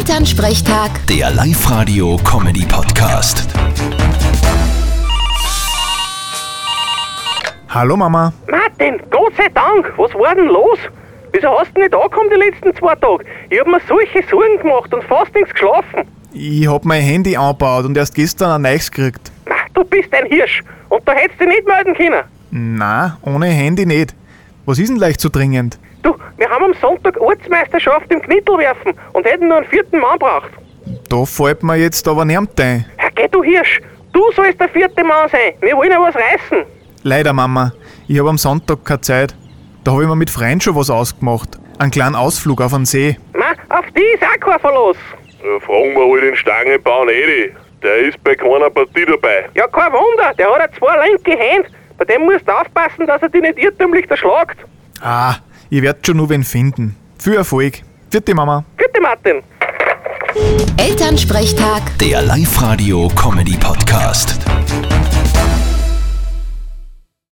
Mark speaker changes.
Speaker 1: Elternsprechtag,
Speaker 2: Der Live-Radio-Comedy-Podcast.
Speaker 3: Hallo Mama.
Speaker 4: Martin, Gott sei Dank, was war denn los? Wieso hast du nicht angekommen die letzten zwei Tage? Ich hab mir solche Sorgen gemacht und fast nichts geschlafen.
Speaker 3: Ich hab mein Handy angebaut und erst gestern ein neues gekriegt.
Speaker 4: Na, Ah, du bist ein Hirsch und da hättest du dich nicht melden können.
Speaker 3: Na, ohne Handy nicht. Was ist denn leicht so dringend?
Speaker 4: Du, wir haben am Sonntag Ortsmeisterschaft im Knittelwerfen und hätten nur einen vierten Mann braucht.
Speaker 3: Da fällt mir jetzt aber niemand ein.
Speaker 4: Herr geh du Hirsch, du sollst der vierte Mann sein. Wir wollen ja was reißen.
Speaker 3: Leider Mama, ich hab am Sonntag keine Zeit. Da hab ich mir mit Freunden schon was ausgemacht. Einen kleinen Ausflug auf den See.
Speaker 4: Na, auf die ist auch kein Verlass.
Speaker 5: Ja, Fragen wir halt den Stangenbauern Edi. Der ist bei keiner Partie dabei.
Speaker 4: Ja, kein Wunder, der hat ja zwei linke Hände. Bei dem musst du aufpassen, dass er dich nicht irrtümlich erschlagt.
Speaker 3: Ah, ich werd schon nur wen finden. Viel Erfolg. Vierte Mama.
Speaker 4: Bitte, Martin.
Speaker 1: Elternsprechtag.
Speaker 2: Der Live-Radio-Comedy-Podcast.